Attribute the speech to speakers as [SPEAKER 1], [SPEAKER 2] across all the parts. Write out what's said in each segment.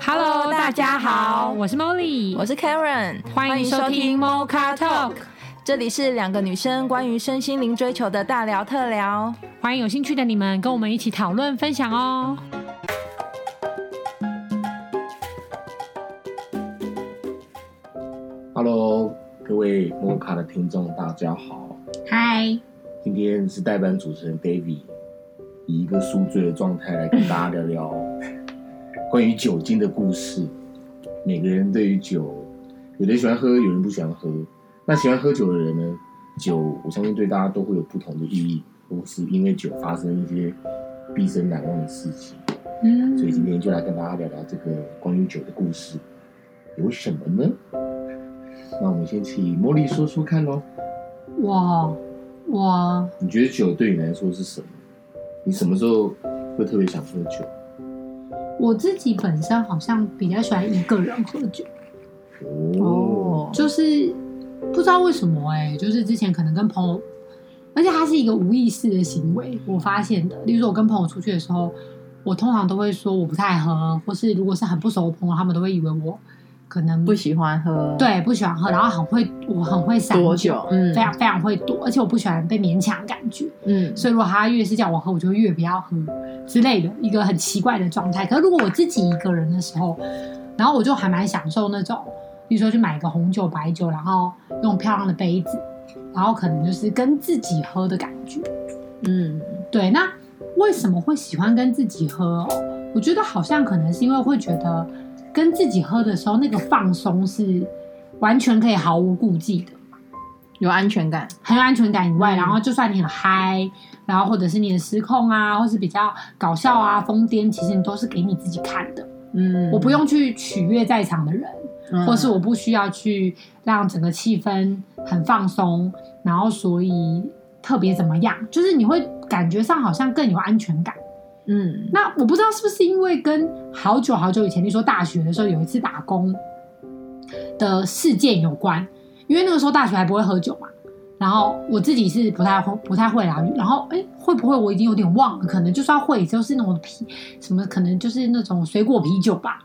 [SPEAKER 1] Hello，大家好，我是 Molly，
[SPEAKER 2] 我是 Karen，
[SPEAKER 1] 欢迎收听 Mocha Talk，
[SPEAKER 2] 这里是两个女生关于身心灵追求的大聊特聊。
[SPEAKER 1] 欢迎有兴趣的你们跟我们一起讨论分享哦。
[SPEAKER 3] Hello，各位摩卡的听众，大家好。
[SPEAKER 1] 嗨，
[SPEAKER 3] 今天是代班主持人 David，以一个宿醉的状态来跟大家聊聊关于酒精的故事。每个人对于酒，有的人喜欢喝，有人不喜欢喝。那喜欢喝酒的人呢，酒我相信对大家都会有不同的意义，都是因为酒发生一些毕生难忘的事情。
[SPEAKER 1] 嗯
[SPEAKER 3] 所以今天就来跟大家聊聊这个关于酒的故事，有什么呢？那我们先请茉莉说说看喽。
[SPEAKER 1] 我我
[SPEAKER 3] 你觉得酒对你来说是什么？你什么时候会特别想喝酒？
[SPEAKER 1] 我自己本身好像比较喜欢一个人喝酒，
[SPEAKER 3] 哦，
[SPEAKER 1] 就是不知道为什么哎、就是之前可能跟朋友，而且它是一个无意识的行为，我发现的。例如说，我跟朋友出去的时候，我通常都会说我不太喝，或是如果是很不熟的朋友，他们都会以为我可能
[SPEAKER 2] 不喜欢喝，，
[SPEAKER 1] 对不喜欢喝，然后很会我很会散
[SPEAKER 2] 多久？嗯，
[SPEAKER 1] 非常非常会躲，而且我不喜欢被勉强的感觉，
[SPEAKER 2] 嗯，
[SPEAKER 1] 所以如果他越是叫我喝，我就越不要喝之类的一个很奇怪的状态。可是如果我自己一个人的时候，然后我就还蛮享受那种，比如说去买个红酒、白酒，然后用漂亮的杯子，然后可能就是跟自己喝的感觉。
[SPEAKER 2] 嗯，
[SPEAKER 1] 对，那为什么会喜欢跟自己喝哦？我觉得好像可能是因为会觉得跟自己喝的时候，那个放松是完全可以毫无顾忌的。
[SPEAKER 2] 有安全感，
[SPEAKER 1] 很有安全感以外，
[SPEAKER 2] 嗯
[SPEAKER 1] 然后就算你很嗨，然后或者是你很失控啊，或是比较搞笑啊、疯癫，其实你都是给你自己看的。
[SPEAKER 2] 嗯，
[SPEAKER 1] 我不，用去取悦在场的人，
[SPEAKER 4] 嗯
[SPEAKER 1] 或是我不需要去让整个气氛很放松，然后所以特别怎么样，就是你会感觉上好像更有安全感。
[SPEAKER 2] 嗯
[SPEAKER 1] 那我不知道是不是因为跟好久好久以前，你说大学的时候有一次打工的事件有关，因为那个时候大学还不会喝酒嘛。然后我自己是不太会，不太会啦。然后哎，会不会我已经有点忘了？可能就算会，就是那种啤什么，可能就是那种水果啤酒吧。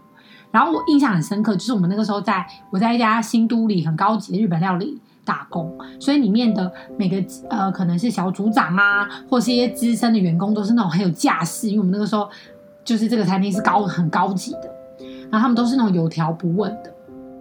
[SPEAKER 1] 然后我印象很深刻，就是我们那个时候在我在一家新都里很高级的日本料理打工，所以里面的每个呃，可能是小组长啊，或是一些资深的员工，都是那种很有架势，因为我们那个时候就是这个餐厅是高很高级的，然后他们都是那种有条不紊的。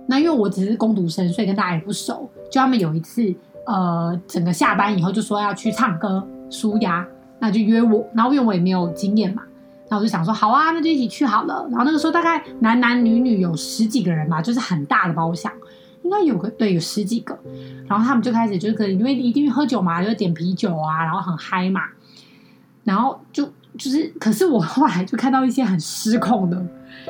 [SPEAKER 1] 那因为我只是工读生，所以跟大家也不熟。就他们有一次，呃，整个下班以后就说要去唱歌舒压，那就约我，然后因为我也没有经验嘛。那我就想说，好啊，那就一起去好了。然后那个时候大概男男女女有十几个人吧，就是很大的包厢，应该有个对有十几个。然后他们就开始就是可能因为一定喝酒嘛，就点啤酒啊，然后很嗨嘛，然后就就是，可是我后来就看到一些很失控的，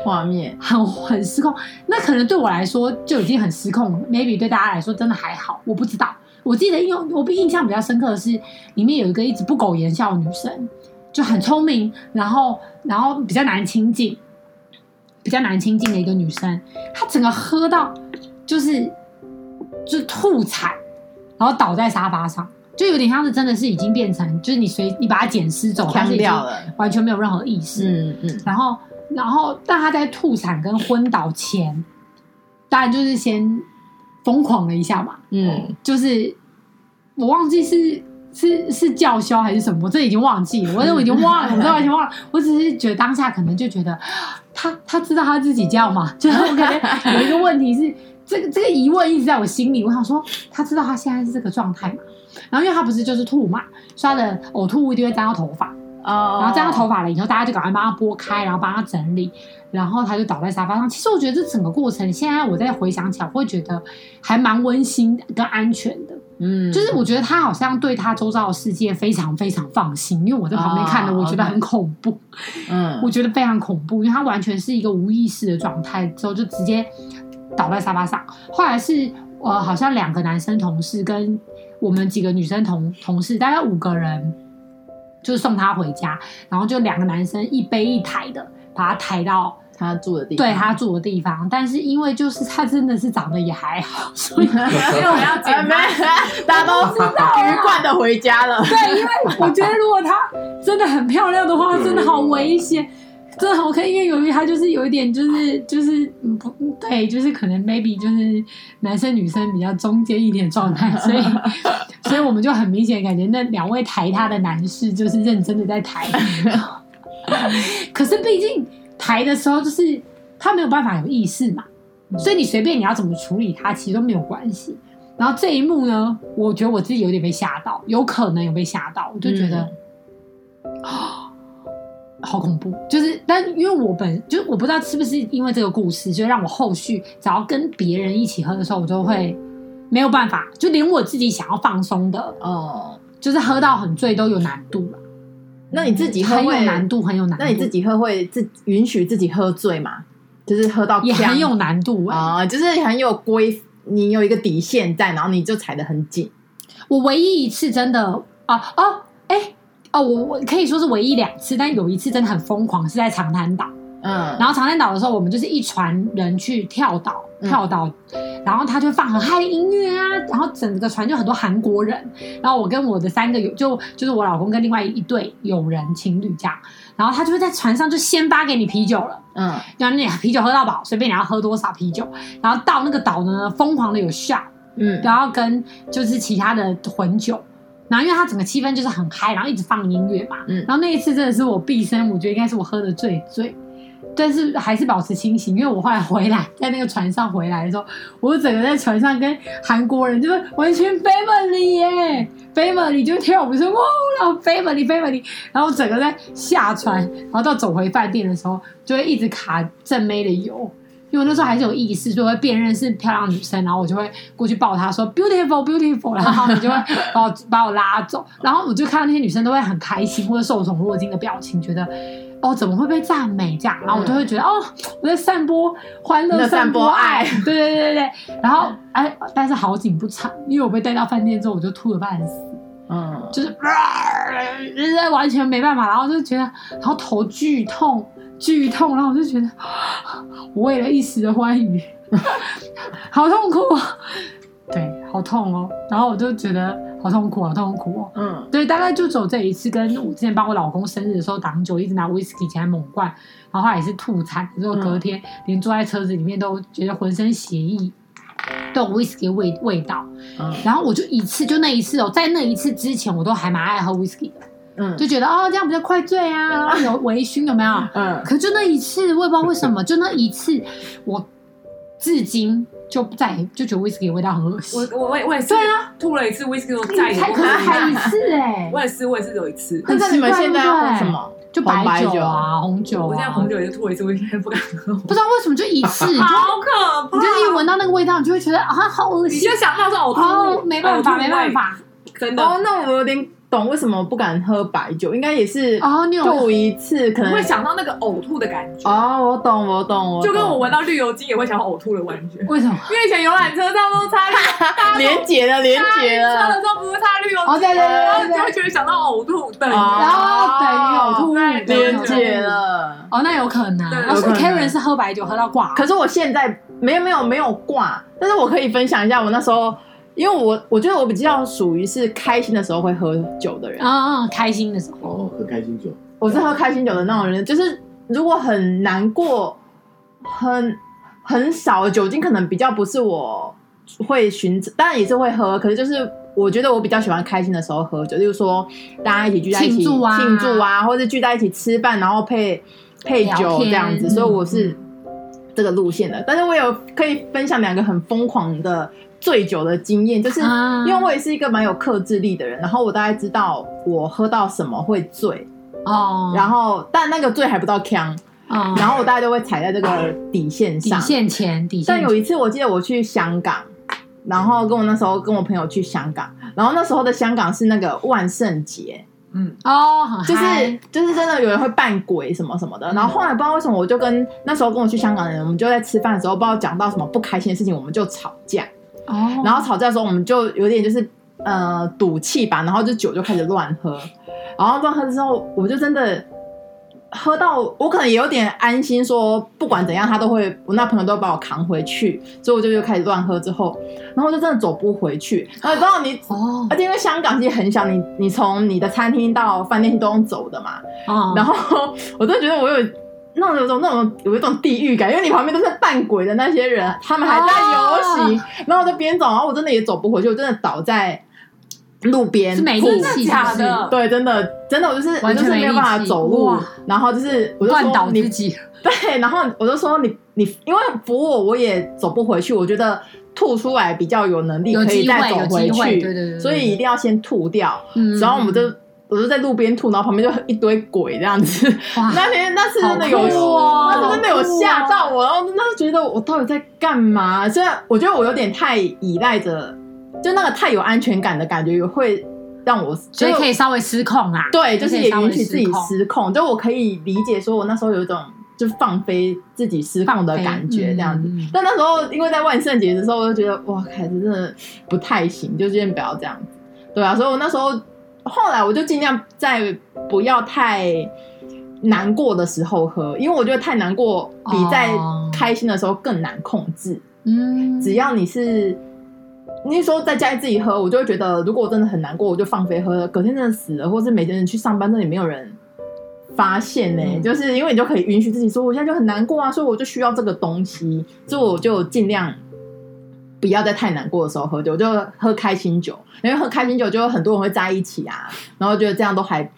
[SPEAKER 2] 画面，
[SPEAKER 1] 很很失控。那可能对我来说就已经很失控了，maybe 对大家来说真的还好，我不知道。我记得印我印象比较深刻的是，里面有一个一直不苟言笑的女生，就很聪明，然后然后比较难亲近，比较难亲近的一个女生，她整个喝到就是就是吐彩，然后倒在沙发上，就有点像是真的是已经变成就是你随你把它捡尸走，但
[SPEAKER 2] 干
[SPEAKER 1] 是已经
[SPEAKER 2] 掉了，
[SPEAKER 1] 完全没有任何意识。
[SPEAKER 2] 嗯嗯
[SPEAKER 1] 然后，然后，但他在吐产跟昏倒前，当然就是先疯狂了一下嘛，
[SPEAKER 2] 嗯，
[SPEAKER 1] 就是我忘记是是是叫嚣还是什么，我这已经忘记了，我我已经忘了，我都完全忘了，我只是觉得当下可能就觉得他他知道他自己叫嘛，就是我感觉有一个问题是。这个这个疑问一直在我心里，我想说，他知道他现在是这个状态嘛？然后因为他不是就是吐嘛，所以他的呕吐物一定会沾到头发，
[SPEAKER 2] 哦
[SPEAKER 1] 然后沾到头发了以后，大家就赶快帮他拨开，然后帮他整理，然后他就倒在沙发上。其实我觉得这整个过程，现在我再回想起来，我会觉得还蛮温馨跟安全的。
[SPEAKER 2] 嗯，
[SPEAKER 1] 就是我觉得他好像对他周遭的世界非常非常放心，因为我在旁边看的，
[SPEAKER 2] 哦
[SPEAKER 1] 我觉得很恐怖，
[SPEAKER 2] 嗯
[SPEAKER 1] 我觉得非常恐怖，因为他完全是一个无意识的状态，之后就直接倒在沙发上。后来是呃，好像两个男生同事跟我们几个女生同同事，大概五个人，就送他回家，然后就两个男生一背一抬的把他抬到
[SPEAKER 2] 他住的地方，
[SPEAKER 1] 对
[SPEAKER 4] 哎
[SPEAKER 1] 他住的地方。但是因为就是他真的是长得也还好， 所以
[SPEAKER 2] 哎没有要
[SPEAKER 1] 剪吗
[SPEAKER 2] 大家都
[SPEAKER 4] 啊
[SPEAKER 2] 愉快的回家了，
[SPEAKER 1] 对，因为我觉得如果她真的很漂亮的话，真的好危险。真的好看，因为由于它就是有一点、就是，就是嗯不对，就是可能 maybe 就是男生女生比较中间一点的状态，所以所以我们就很明显感觉那两位抬他的男士就是认真的在抬，可是毕竟抬的时候就是他没有办法有意识嘛，
[SPEAKER 4] 嗯
[SPEAKER 1] 所以你随便你要怎么处理他其实都没有关系。然后这一幕呢，我觉得我自己有点被吓到，有可能有被吓到，我就觉得。
[SPEAKER 4] 嗯
[SPEAKER 1] 哦好恐怖，就是，但因为我本就是我不知道是不是因为这个故事，就让我后续只要跟别人一起喝的时候，我就会
[SPEAKER 4] 嗯
[SPEAKER 1] 没有办法，就连我自己想要放松的，
[SPEAKER 4] 哦，
[SPEAKER 1] 就是喝到很醉都有难度了。
[SPEAKER 4] 那你自己喝
[SPEAKER 1] 很有
[SPEAKER 4] 会
[SPEAKER 1] 难度，很有难度。
[SPEAKER 4] 那你自己喝会自允许自己喝醉吗？就是喝到
[SPEAKER 1] 也很
[SPEAKER 4] 呛
[SPEAKER 1] 有难度啊、
[SPEAKER 4] 啊、就是很有规，你有一个底线在，然后你就踩得很紧。
[SPEAKER 1] 我唯一一次真的啊哦哎哦，我我可以说是唯一两次，但有一次真的很疯狂，是在长滩岛。
[SPEAKER 4] 嗯，
[SPEAKER 1] 然后长滩岛的时候，我们就是一船人去跳岛，
[SPEAKER 4] 嗯
[SPEAKER 1] 跳岛，然后他就放很嗨的音乐啊，然后整个船就很多韩国人，然后我跟我的三个友，就就是我老公跟另外一对友人情侣这样，然后他就会在船上就先发给你啤酒了。
[SPEAKER 4] 嗯
[SPEAKER 1] 然后你啤酒喝到饱，随便你要喝多少啤酒，然后到那个岛呢，疯狂的有 shot，
[SPEAKER 4] 嗯
[SPEAKER 1] 然后跟就是其他的混酒，然后因为它整个气氛就是很嗨，然后一直放音乐嘛，
[SPEAKER 4] 嗯
[SPEAKER 1] 然后那一次真的是我毕生，我觉得应该是我喝的最醉，但是还是保持清醒，因为我后来回来，在那个船上回来的时候，我整个在船上跟韩国人就是完全 family 耶，family 就跳舞说哇，然后 family family，然后整个在下船，然后到走回饭店的时候，就会一直卡正妹的油。因为我那时候还是有意识，就会辨认是漂亮女生，然后我就会过去抱她说 beautiful beautiful，然后你就会把我 把我拉走，然后我就看到那些女生都会很开心或者受宠若惊的表情，觉得哦怎么会被赞美这样，然后我就会觉得、哦我在散播欢乐，
[SPEAKER 4] 在散播爱
[SPEAKER 1] 对对对对对，然后哎但是好景不长，因为我被带到饭店之后我就吐了半死。
[SPEAKER 4] 嗯，
[SPEAKER 1] 就是、呃、就是完全没办法，然后就觉得，然后头剧痛，剧痛，然后我就觉得， 我为了一时的欢愉， 好痛苦、哦，对，好痛哦，然后我就觉得好痛苦，好痛苦哦。
[SPEAKER 4] 嗯
[SPEAKER 1] 对，大概就只有这一次，跟我之前帮我老公生日的时候挡酒，一直拿 whisky 起来猛灌，然后他也是吐惨，之后隔天、连坐在车子里面都觉得浑身邪意，都有 whisky 的味味道。
[SPEAKER 4] 嗯
[SPEAKER 1] 然后我就一次，就那一次哦，在那一次之前，我都还蛮爱喝 whisky 的，
[SPEAKER 4] 嗯
[SPEAKER 1] 就觉得哦这样比较快醉啊，然后有微醺有没有？
[SPEAKER 4] 嗯
[SPEAKER 1] 可就那一次，我也不知道为什么，就那一次，我至今就再也就觉得 whisky 的味道很恶心。
[SPEAKER 5] 我我我也我也是，对啊，吐了一次 whisky 我再也
[SPEAKER 1] 才嗯
[SPEAKER 5] 不
[SPEAKER 1] 可
[SPEAKER 5] 喝
[SPEAKER 1] 是才一
[SPEAKER 5] 了。
[SPEAKER 1] 次哎、
[SPEAKER 5] 我也是，我也是有一次，
[SPEAKER 4] 那你们现在要喝什么？
[SPEAKER 1] 就
[SPEAKER 4] 红白
[SPEAKER 1] 白酒
[SPEAKER 4] 酒
[SPEAKER 1] 啊、红酒
[SPEAKER 5] 我现在
[SPEAKER 1] 啊，
[SPEAKER 5] 红酒也是吐了一次，我现在不敢喝。
[SPEAKER 1] 不知道为什么就一次，你就
[SPEAKER 5] 好可怕！
[SPEAKER 1] 你就是一闻到那个味道，你就会觉得啊，好恶
[SPEAKER 5] 你
[SPEAKER 1] 心
[SPEAKER 5] 就想到这呕吐
[SPEAKER 1] 哦，
[SPEAKER 5] 物，
[SPEAKER 1] 没办
[SPEAKER 5] 呕
[SPEAKER 1] 法，
[SPEAKER 5] 吐
[SPEAKER 1] 没
[SPEAKER 5] 味
[SPEAKER 1] 办，法。
[SPEAKER 5] 真的。
[SPEAKER 4] 哦，那我有点懂为什么不敢喝白酒，应该也是
[SPEAKER 1] 哦你有
[SPEAKER 4] 就一次可
[SPEAKER 5] 我
[SPEAKER 4] 能
[SPEAKER 5] 会想到那个呕吐的感觉，
[SPEAKER 4] 哦，我懂我懂我懂，
[SPEAKER 5] 就跟我闻到绿油精也会想到呕吐的感觉。
[SPEAKER 1] 为什么？
[SPEAKER 5] 因为以前游览车上都擦绿，大家都
[SPEAKER 4] 连结了连结
[SPEAKER 5] 搭
[SPEAKER 4] 了
[SPEAKER 5] 的时候不是擦绿油
[SPEAKER 1] 呃哦，
[SPEAKER 5] 精，
[SPEAKER 1] 对对
[SPEAKER 5] 然后
[SPEAKER 1] 对
[SPEAKER 5] 你就
[SPEAKER 1] 对
[SPEAKER 5] 会
[SPEAKER 1] 对，
[SPEAKER 5] 觉得想到呕吐，对，
[SPEAKER 4] 哦
[SPEAKER 1] 然后等于呕吐物，
[SPEAKER 5] 哦
[SPEAKER 1] 等于
[SPEAKER 4] 连
[SPEAKER 1] 呕吐物
[SPEAKER 4] 结。了。
[SPEAKER 1] 哦，那有可能。
[SPEAKER 5] 对
[SPEAKER 1] 哦，所以
[SPEAKER 4] 有可能
[SPEAKER 1] Karen 是喝白酒喝到挂。
[SPEAKER 4] 可是我现在没有没有没有挂，但是我可以分享一下我那时候，因为我我觉得我比较属于是开心的时候会喝酒的人，
[SPEAKER 1] 嗯嗯，开心的时候。
[SPEAKER 3] 哦，喝开心酒，
[SPEAKER 4] 我是喝开心酒的那种人，就是如果很难过，很很少酒精，可能比较不是我会寻，当然也是会喝，可是就是。我觉得我比较喜欢开心的时候喝酒，例如说大家一起聚在一起
[SPEAKER 1] 庆祝啊
[SPEAKER 4] 庆祝啊，或者聚在一起吃饭，然后配配酒
[SPEAKER 1] 聊
[SPEAKER 4] 这
[SPEAKER 1] 天
[SPEAKER 4] 样子，
[SPEAKER 1] 嗯
[SPEAKER 4] 所以我是这个路线的。但是我有可以分享两个很疯狂的醉酒的经验，就是
[SPEAKER 1] 啊
[SPEAKER 4] 因为我也是一个蛮有克制力的人，然后我大概知道我喝到什么会醉，
[SPEAKER 1] 哦，
[SPEAKER 4] 然后但那个醉还不到呛，
[SPEAKER 1] 嗯
[SPEAKER 4] 然后我大概就会踩在这个底线
[SPEAKER 1] 底
[SPEAKER 4] 上。
[SPEAKER 1] 线前，底线
[SPEAKER 4] 但有一次我记得我去香港，然后跟我那时候跟我朋友去香港，然后那时候的香港是那个万圣节，
[SPEAKER 1] 哦，很
[SPEAKER 4] 就是
[SPEAKER 1] 嗨嗯
[SPEAKER 4] 就是真的有人会扮鬼什么什么的。然后后来不知道为什么，我就跟那时候跟我去香港的人，我们就在吃饭的时候，不知道讲到什么不开心的事情，我们就吵架。
[SPEAKER 1] 哦，
[SPEAKER 4] 然后吵架的时候，我们就有点就是呃赌气吧，然后就酒就开始乱喝，然后乱喝之后，我就真的喝到我可能也有点安心说，不管怎样他都会，我那朋友都把我扛回去，所以我就又开始乱喝之后，然后就真的走不回去，然后你知道你。
[SPEAKER 1] 哦
[SPEAKER 4] 而且因为香港其实很小，你你从你的餐厅到饭店都用走的嘛，
[SPEAKER 1] 哦，
[SPEAKER 4] 然后我就觉得我有那种有种那种有一种地狱感，因为你旁边都是扮鬼的那些人，他们还
[SPEAKER 1] 啊
[SPEAKER 4] 在游行，然后我就边走，然后我真的也走不回去，我真的倒在路边，
[SPEAKER 1] 是没
[SPEAKER 4] 吐
[SPEAKER 1] 力气，
[SPEAKER 5] 假
[SPEAKER 1] 是不是
[SPEAKER 5] 的
[SPEAKER 4] 对，真的真的，我就是我
[SPEAKER 1] 完
[SPEAKER 4] 就
[SPEAKER 1] 全
[SPEAKER 4] 是没有办法
[SPEAKER 1] 没力气
[SPEAKER 4] 走路
[SPEAKER 1] 哇，
[SPEAKER 4] 然后就是我就
[SPEAKER 1] 灌
[SPEAKER 4] 说
[SPEAKER 1] 倒
[SPEAKER 4] 你
[SPEAKER 1] 自 己，
[SPEAKER 4] 对，然后我就说你你因为扶我我也走不回去，我觉得吐出来比较有能力
[SPEAKER 1] 有
[SPEAKER 4] 可以
[SPEAKER 1] 机
[SPEAKER 4] 再
[SPEAKER 1] 会，
[SPEAKER 4] 走
[SPEAKER 1] 有
[SPEAKER 4] 回
[SPEAKER 1] 机会，对对对，
[SPEAKER 4] 去，
[SPEAKER 1] 对
[SPEAKER 4] 所以一定要先吐掉。
[SPEAKER 1] 嗯
[SPEAKER 4] 然后我们就我就在路边吐，然后旁边就一堆鬼这样子。
[SPEAKER 1] 哇，
[SPEAKER 4] 那天那次真的有
[SPEAKER 1] 好酷哦
[SPEAKER 4] 那次真的有吓到我，然后那时候觉得我到底在干嘛？虽然我觉得我有点太依赖着，就那个太有安全感的感觉，也会让我
[SPEAKER 1] 所以
[SPEAKER 4] 就
[SPEAKER 1] 可以稍微失控啦，
[SPEAKER 4] 对，就是也
[SPEAKER 1] 可以稍微
[SPEAKER 4] 允许自己
[SPEAKER 1] 失控
[SPEAKER 4] 失控，就我可以理解，说我那时候有一种就放飞自己失控的
[SPEAKER 1] 放飞
[SPEAKER 4] 感觉这样子。
[SPEAKER 1] 嗯嗯嗯
[SPEAKER 4] 但那时候因为在万圣节的时候，我就觉得哇，凯子真的不太行，就尽量不要这样子。对啊，所以我那时候后来我就尽量在不要太难过的时候喝，因为我觉得太难过比在
[SPEAKER 1] 哦
[SPEAKER 4] 开心的时候更难控制。
[SPEAKER 1] 嗯，
[SPEAKER 4] 只要你是，你是说在家里自己喝，我就会觉得，如果我真的很难过，我就放飞喝，隔天真的死了，或是每天人去上班，那里没有人发现呢、
[SPEAKER 3] 嗯
[SPEAKER 4] 就是因为你就可以允许自己说，我现在就很难过啊，所以我就需要这个东西，所以我就尽量。不要在太难过的时候喝酒，就喝开心酒，因为喝开心酒就很多人会在一起啊，然后觉得这样都还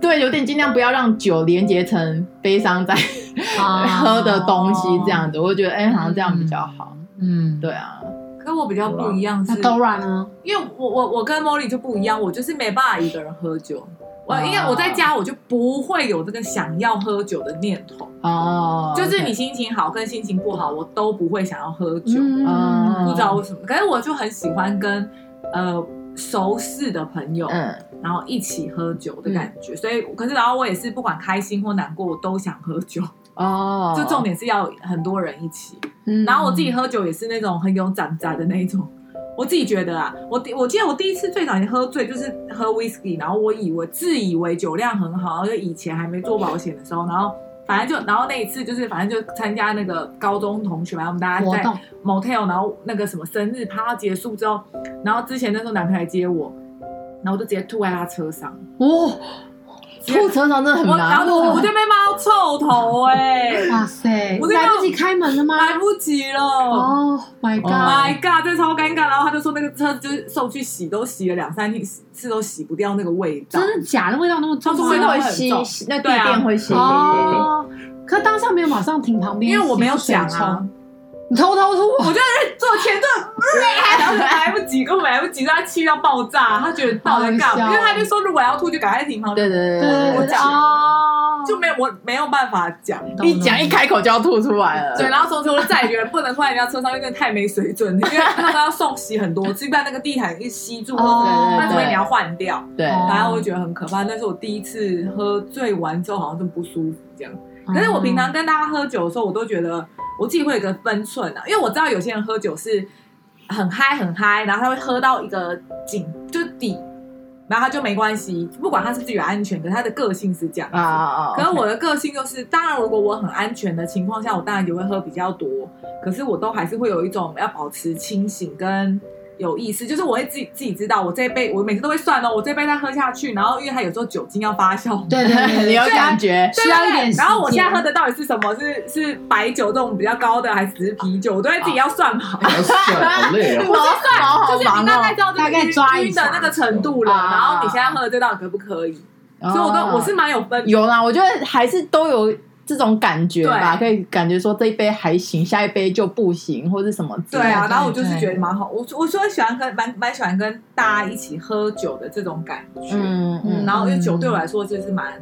[SPEAKER 4] 对，有点尽量不要让酒连接成悲伤在
[SPEAKER 1] 啊
[SPEAKER 4] 喝的东西这，样子，我就觉得哎、好像这样比较好。
[SPEAKER 1] 嗯，
[SPEAKER 4] 对啊，
[SPEAKER 5] 跟我比较不一样
[SPEAKER 1] 那
[SPEAKER 5] 是，
[SPEAKER 1] Dora 呢？
[SPEAKER 5] 因为我我我跟 Molly 就不一
[SPEAKER 4] 嗯
[SPEAKER 5] 样，我就是没办法一个人喝酒。我因为我
[SPEAKER 4] 啊
[SPEAKER 5] 在家，我就不会有这个想要喝酒的念头。
[SPEAKER 4] 哦，
[SPEAKER 5] 就是你心情好跟心情不好，我都不会想要喝酒，
[SPEAKER 4] 嗯
[SPEAKER 5] 不知道为什么。可是我就很喜欢跟呃熟识的朋友，
[SPEAKER 4] 嗯，
[SPEAKER 5] 然后一起喝酒的感觉。所以，可是然后我也是不管开心或难过，我都想喝酒。
[SPEAKER 4] 哦，
[SPEAKER 5] 就重点是要很多人一起。
[SPEAKER 1] 嗯
[SPEAKER 5] 然后我自己喝酒也是那种很有攒攒的那一种。我自己觉得啊，我第我记得我第一次最早喝醉就是喝 whisky，然后我以为自以为酒量很好，然后就以前还没做保险的时候，然后反正就然后那一次就是反正就参加那个高中同学嘛，我们大家
[SPEAKER 1] 活
[SPEAKER 5] 在
[SPEAKER 1] 动
[SPEAKER 5] motel，然后那个什么生日趴结束之后，然后之前那时候男朋友来接我，然后我就直接吐在他车上，
[SPEAKER 1] 哦，
[SPEAKER 4] 吐车上真的很
[SPEAKER 5] 我然
[SPEAKER 4] 难
[SPEAKER 5] 后我
[SPEAKER 4] 过
[SPEAKER 5] 就，被骂到臭头哎、
[SPEAKER 1] 哇塞，
[SPEAKER 5] 我真的
[SPEAKER 1] 来不及开门了吗？
[SPEAKER 5] 来不及了。
[SPEAKER 1] 哦，My God，
[SPEAKER 5] Oh My God，这超尴尬。然后他就说那个车子就是送去洗，都洗了两三次都洗不掉那个味道。
[SPEAKER 1] 真的假的？味道那么重啊
[SPEAKER 5] 他
[SPEAKER 1] 吗
[SPEAKER 5] 说味道
[SPEAKER 4] 会
[SPEAKER 5] 很重
[SPEAKER 4] 吸，那地
[SPEAKER 5] 对啊
[SPEAKER 4] 垫会吸，
[SPEAKER 1] 哦。可当下没有马上停旁边，
[SPEAKER 5] 因为我没有讲
[SPEAKER 1] 洗手
[SPEAKER 5] 啊
[SPEAKER 1] 冲，，你偷偷吐，
[SPEAKER 5] 我就在做前 段，
[SPEAKER 1] 啊
[SPEAKER 5] 然后来不及，根本来不及，他气到爆炸，他觉得到底在干
[SPEAKER 1] 好
[SPEAKER 5] 嘛？
[SPEAKER 1] 好笑哦
[SPEAKER 5] 因为他就说如果要吐就赶快停旁边，
[SPEAKER 4] 对对
[SPEAKER 1] 对对
[SPEAKER 4] 对
[SPEAKER 1] 对对
[SPEAKER 4] 对
[SPEAKER 5] 讲
[SPEAKER 1] 哦，
[SPEAKER 5] 就没有我没有办法讲。
[SPEAKER 4] 对，一讲一开口就要吐出来了，
[SPEAKER 5] 对，然后从此我就再也觉得不能吐在人家车上，因为真的太没水准了。因为他说要送洗很多次，不然那个地毯一吸住，
[SPEAKER 1] 哦
[SPEAKER 5] 那除非
[SPEAKER 4] 对
[SPEAKER 5] 你要换掉。
[SPEAKER 4] 对，
[SPEAKER 1] 哦
[SPEAKER 5] 反正我就觉得很可怕。那是我第一次喝醉完之后，好像真的不舒服这样。可是我平常跟大家喝酒的时候，我都觉得我自己会有一个分寸啊，因为我知道有些人喝酒是很嗨很嗨，然后他会喝到一个紧就是底，然后他就没关系，不管他是不是有安全，可是他的个性是这样
[SPEAKER 4] 啊
[SPEAKER 5] 子。
[SPEAKER 4] 啊啊，
[SPEAKER 5] 可是我的个性就是，当然，如果我很安全的情况下，我当然也会喝比较多。可是我都还是会有一种要保持清醒跟有意识，就是我会自己自己知道，我这一杯我每次都会算哦，我这杯再喝下去，然后因为它有时候酒精要发 酵，
[SPEAKER 1] 对对对
[SPEAKER 4] 你
[SPEAKER 1] 对
[SPEAKER 4] 有感觉，
[SPEAKER 5] 对啊
[SPEAKER 1] 需要一点时间
[SPEAKER 5] 然后我现在喝的到底是什么？是是白酒这种比较高的，还是只是啤酒？我都会自己要算 好。
[SPEAKER 3] 好算好累啊
[SPEAKER 4] 毛！毛好
[SPEAKER 5] 就是
[SPEAKER 4] 忙
[SPEAKER 5] 你大概
[SPEAKER 4] 哦
[SPEAKER 5] 知，道这
[SPEAKER 1] 大
[SPEAKER 5] 个
[SPEAKER 1] 概
[SPEAKER 5] 晕
[SPEAKER 1] 抓一
[SPEAKER 5] 晕的
[SPEAKER 1] 下哦
[SPEAKER 5] 那个程度了，
[SPEAKER 4] 啊
[SPEAKER 5] 然后你现在喝的这到底可不可以？所以我
[SPEAKER 4] 哦
[SPEAKER 5] 都我是蛮有分
[SPEAKER 4] 有啦，我觉得还是都有。这种感觉吧，
[SPEAKER 5] 对
[SPEAKER 4] 可以感觉说这一杯还行，下一杯就不行，或者什么之
[SPEAKER 5] 对
[SPEAKER 4] 类的。
[SPEAKER 5] 啊，然后我就
[SPEAKER 1] 对
[SPEAKER 5] 是觉得蛮好，我我说喜欢跟蛮蛮喜欢跟大家一起喝酒的这种感觉。
[SPEAKER 4] 嗯嗯，
[SPEAKER 5] 然后因为酒对我
[SPEAKER 4] 嗯
[SPEAKER 5] 来说就是蛮，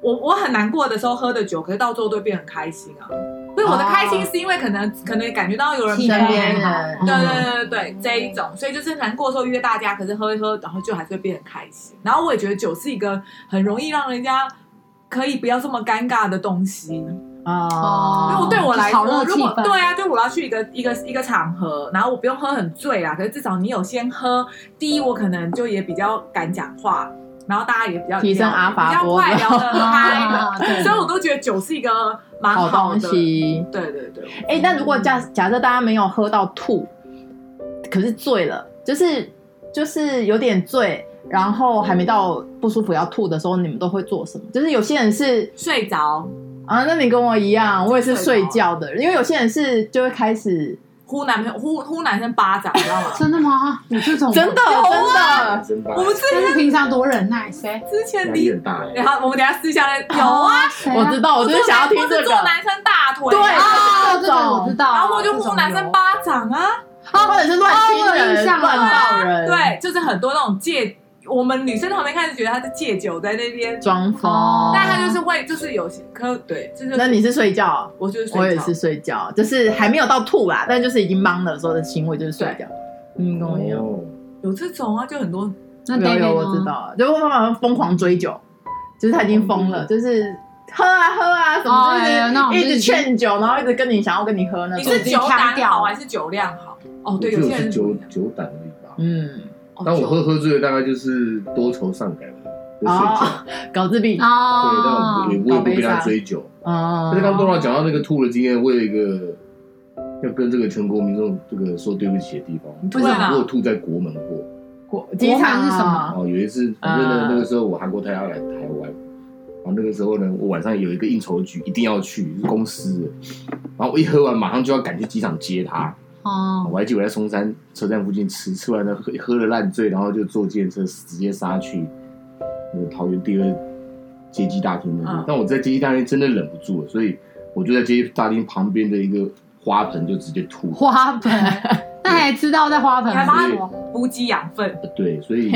[SPEAKER 5] 我我很难过的时候喝的酒，可是到最后都会变很开心啊。所以我的
[SPEAKER 4] 哦
[SPEAKER 5] 开心是因为可能可能感觉到有人
[SPEAKER 1] 气
[SPEAKER 5] 陪
[SPEAKER 4] 身
[SPEAKER 1] 氛
[SPEAKER 4] 边
[SPEAKER 1] 还好
[SPEAKER 4] 人
[SPEAKER 1] 嗯
[SPEAKER 5] 对对对对对，这一种，所以就是难过的时候约大家，可是喝一喝，然后就还是会变得开心。然后我也觉得酒是一个很容易让人家可以不要这么尴尬的东西。
[SPEAKER 4] 哦，
[SPEAKER 5] 因为对我来
[SPEAKER 1] 就炒
[SPEAKER 5] 说，
[SPEAKER 1] 热气
[SPEAKER 5] 如果
[SPEAKER 1] 氛
[SPEAKER 5] 对啊，对我要去一个一个一个场合，然后我不用喝很醉啦，可是至少你有先喝，第一我可能就也比较敢讲话，然后大家也比较
[SPEAKER 4] 提升阿法
[SPEAKER 5] 比较
[SPEAKER 4] 波
[SPEAKER 5] 快聊 得嗨的，
[SPEAKER 1] 啊，对
[SPEAKER 5] 所以我都觉得酒是一个蛮
[SPEAKER 4] 好
[SPEAKER 5] 好
[SPEAKER 4] 东
[SPEAKER 5] 的。
[SPEAKER 4] 西。
[SPEAKER 5] 对对对，
[SPEAKER 4] 哎、那如果假假设大家没有喝到吐，可是醉了，就是就是有点醉，然后还没到不舒服要吐的时候，你们都会做什么？就是有些人是
[SPEAKER 5] 睡着
[SPEAKER 4] 啊，那你跟我一样，我也是睡觉的人，因为有些人是就会开始
[SPEAKER 5] 呼男朋友呼呼男生巴掌，你知道吗？
[SPEAKER 1] 真的吗？有这种吗
[SPEAKER 4] 真的真的，
[SPEAKER 3] 真的，
[SPEAKER 5] 我们之
[SPEAKER 1] 但是平常多忍耐，谁？
[SPEAKER 5] 之前
[SPEAKER 3] 压
[SPEAKER 5] 离
[SPEAKER 3] 力很大哎
[SPEAKER 5] 然。后我们等一下私下再有啊，
[SPEAKER 1] 谁啊，
[SPEAKER 4] 我知道，我哦就是想要听
[SPEAKER 5] 或
[SPEAKER 4] 这
[SPEAKER 5] 是做
[SPEAKER 4] 个，
[SPEAKER 5] 男生大腿，
[SPEAKER 4] 对哦
[SPEAKER 5] 啊
[SPEAKER 1] 哦，这个我知道，
[SPEAKER 5] 然后我就
[SPEAKER 1] 这
[SPEAKER 5] 呼
[SPEAKER 1] 种
[SPEAKER 5] 男
[SPEAKER 1] 有
[SPEAKER 5] 生巴掌啊，
[SPEAKER 4] 或者是乱亲
[SPEAKER 1] 哦我有
[SPEAKER 4] 人、
[SPEAKER 1] 印象了
[SPEAKER 4] 乱抱人，，
[SPEAKER 5] 对，就是很多那种借，我们女生旁边开始觉得他是借酒在那边，
[SPEAKER 4] 装疯
[SPEAKER 1] 哦。
[SPEAKER 5] 但他就是会就是有些可对，这就是
[SPEAKER 4] 那你是睡觉，
[SPEAKER 5] 我就是睡
[SPEAKER 4] 我也
[SPEAKER 5] 着
[SPEAKER 4] 是睡觉，就是还没有到吐啦，但就是已经懵的时候的行为就是睡觉。嗯，跟我一样。
[SPEAKER 3] 哦
[SPEAKER 5] 有这种啊，就很多
[SPEAKER 1] 那
[SPEAKER 4] 有
[SPEAKER 1] David
[SPEAKER 4] 有，我
[SPEAKER 1] 呢
[SPEAKER 4] 知。道，就我妈妈疯狂追酒，就是她已经疯了，就是喝啊喝啊什
[SPEAKER 1] 哦哎呀那种
[SPEAKER 4] 么，就是
[SPEAKER 1] 就
[SPEAKER 4] 一
[SPEAKER 1] 已
[SPEAKER 4] 直
[SPEAKER 1] 经
[SPEAKER 4] 劝酒，然后一直跟你想要跟你喝那
[SPEAKER 5] 你
[SPEAKER 4] 种
[SPEAKER 5] 是。酒
[SPEAKER 1] 强
[SPEAKER 5] 胆
[SPEAKER 1] 调
[SPEAKER 5] 好还是酒量好？哦，对，
[SPEAKER 3] 我
[SPEAKER 5] 有
[SPEAKER 3] 只
[SPEAKER 5] 些人
[SPEAKER 3] 是酒酒胆而已吧。
[SPEAKER 4] 嗯，
[SPEAKER 5] 哦
[SPEAKER 3] 但我
[SPEAKER 5] 酒
[SPEAKER 3] 喝喝醉了，大概就是多愁善感了，就睡觉。
[SPEAKER 4] 哦搞自闭
[SPEAKER 1] 哦，
[SPEAKER 3] 对，但我也我也不跟他追究。
[SPEAKER 4] 哦
[SPEAKER 3] 但是，刚刚多少讲到那个吐的经验，我有一个要跟这个全国民众这个说对不起的地方。
[SPEAKER 5] 为什么
[SPEAKER 3] 我有吐在国门过。
[SPEAKER 4] 国机场
[SPEAKER 1] 是什么？
[SPEAKER 3] 哦，有一次，反正呢
[SPEAKER 4] 啊，
[SPEAKER 3] 那个时候我韩国太太要来台湾，然后那个时候呢，我晚上有一个应酬局，一定要去，是公司的。然后我一喝完，马上就要赶去机场接她。
[SPEAKER 1] 哦，
[SPEAKER 3] 我还记得我在松山车站附近吃，吃完了喝喝了烂醉，然后就坐电车直接杀去那个桃园第二街机大厅那里。
[SPEAKER 5] 嗯
[SPEAKER 3] 但我在街机大厅真的忍不住了，所以我就在街机大厅旁边的一个花盆就直接吐。
[SPEAKER 1] 花盆，那还知道在花盆
[SPEAKER 5] 你还把它
[SPEAKER 1] 说
[SPEAKER 5] 补给养分，
[SPEAKER 3] 对，所以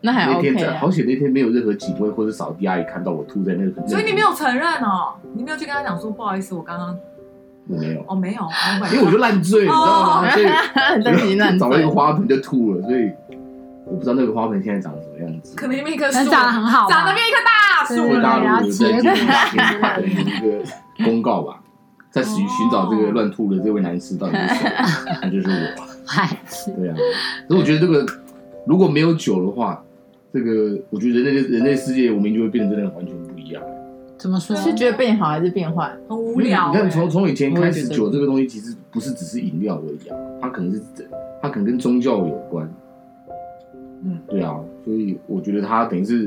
[SPEAKER 4] 那还
[SPEAKER 3] 那
[SPEAKER 4] OK
[SPEAKER 3] 天在、
[SPEAKER 4] 啊
[SPEAKER 3] 好。险那天没有任何警卫或者扫地阿姨看到我吐在那个，
[SPEAKER 5] 所以你没有承认哦，你没有去跟他讲说不好意思，我刚刚
[SPEAKER 3] 我没有，
[SPEAKER 5] 哦没有， 哦没有
[SPEAKER 3] 因为我就烂醉，你知道吗？所以
[SPEAKER 4] 但是你那
[SPEAKER 3] 我
[SPEAKER 4] 很
[SPEAKER 3] 就找了一个
[SPEAKER 4] 醉
[SPEAKER 3] 花盆就吐了，所以我不知道那个花盆现在长什么样子。
[SPEAKER 5] 可能那边一棵
[SPEAKER 1] 可能
[SPEAKER 5] 树
[SPEAKER 1] 长得很好吧，
[SPEAKER 5] 长得变一棵大
[SPEAKER 1] 对
[SPEAKER 5] 树
[SPEAKER 3] 所以大
[SPEAKER 5] 了，
[SPEAKER 3] 陆在今天发的一个公告吧，在寻寻找这个乱吐的这位男士到底是谁，那就是我。
[SPEAKER 1] 白痴，
[SPEAKER 3] 对啊， 所以我觉得这个如果没有酒的话，这个我觉得人类人类世界文明就会变得真的完全不一样。
[SPEAKER 1] 怎么说？
[SPEAKER 5] 啊
[SPEAKER 4] 是觉得变好还是变坏？
[SPEAKER 5] 很无聊
[SPEAKER 3] 你看
[SPEAKER 5] 欸。
[SPEAKER 3] 从从以前开始，
[SPEAKER 4] 我也觉得
[SPEAKER 3] 酒这个东西其实不是只是饮料而已啊，它可能是它可能跟宗教有关。
[SPEAKER 5] 嗯，
[SPEAKER 3] 对啊，所以我觉得它等于是，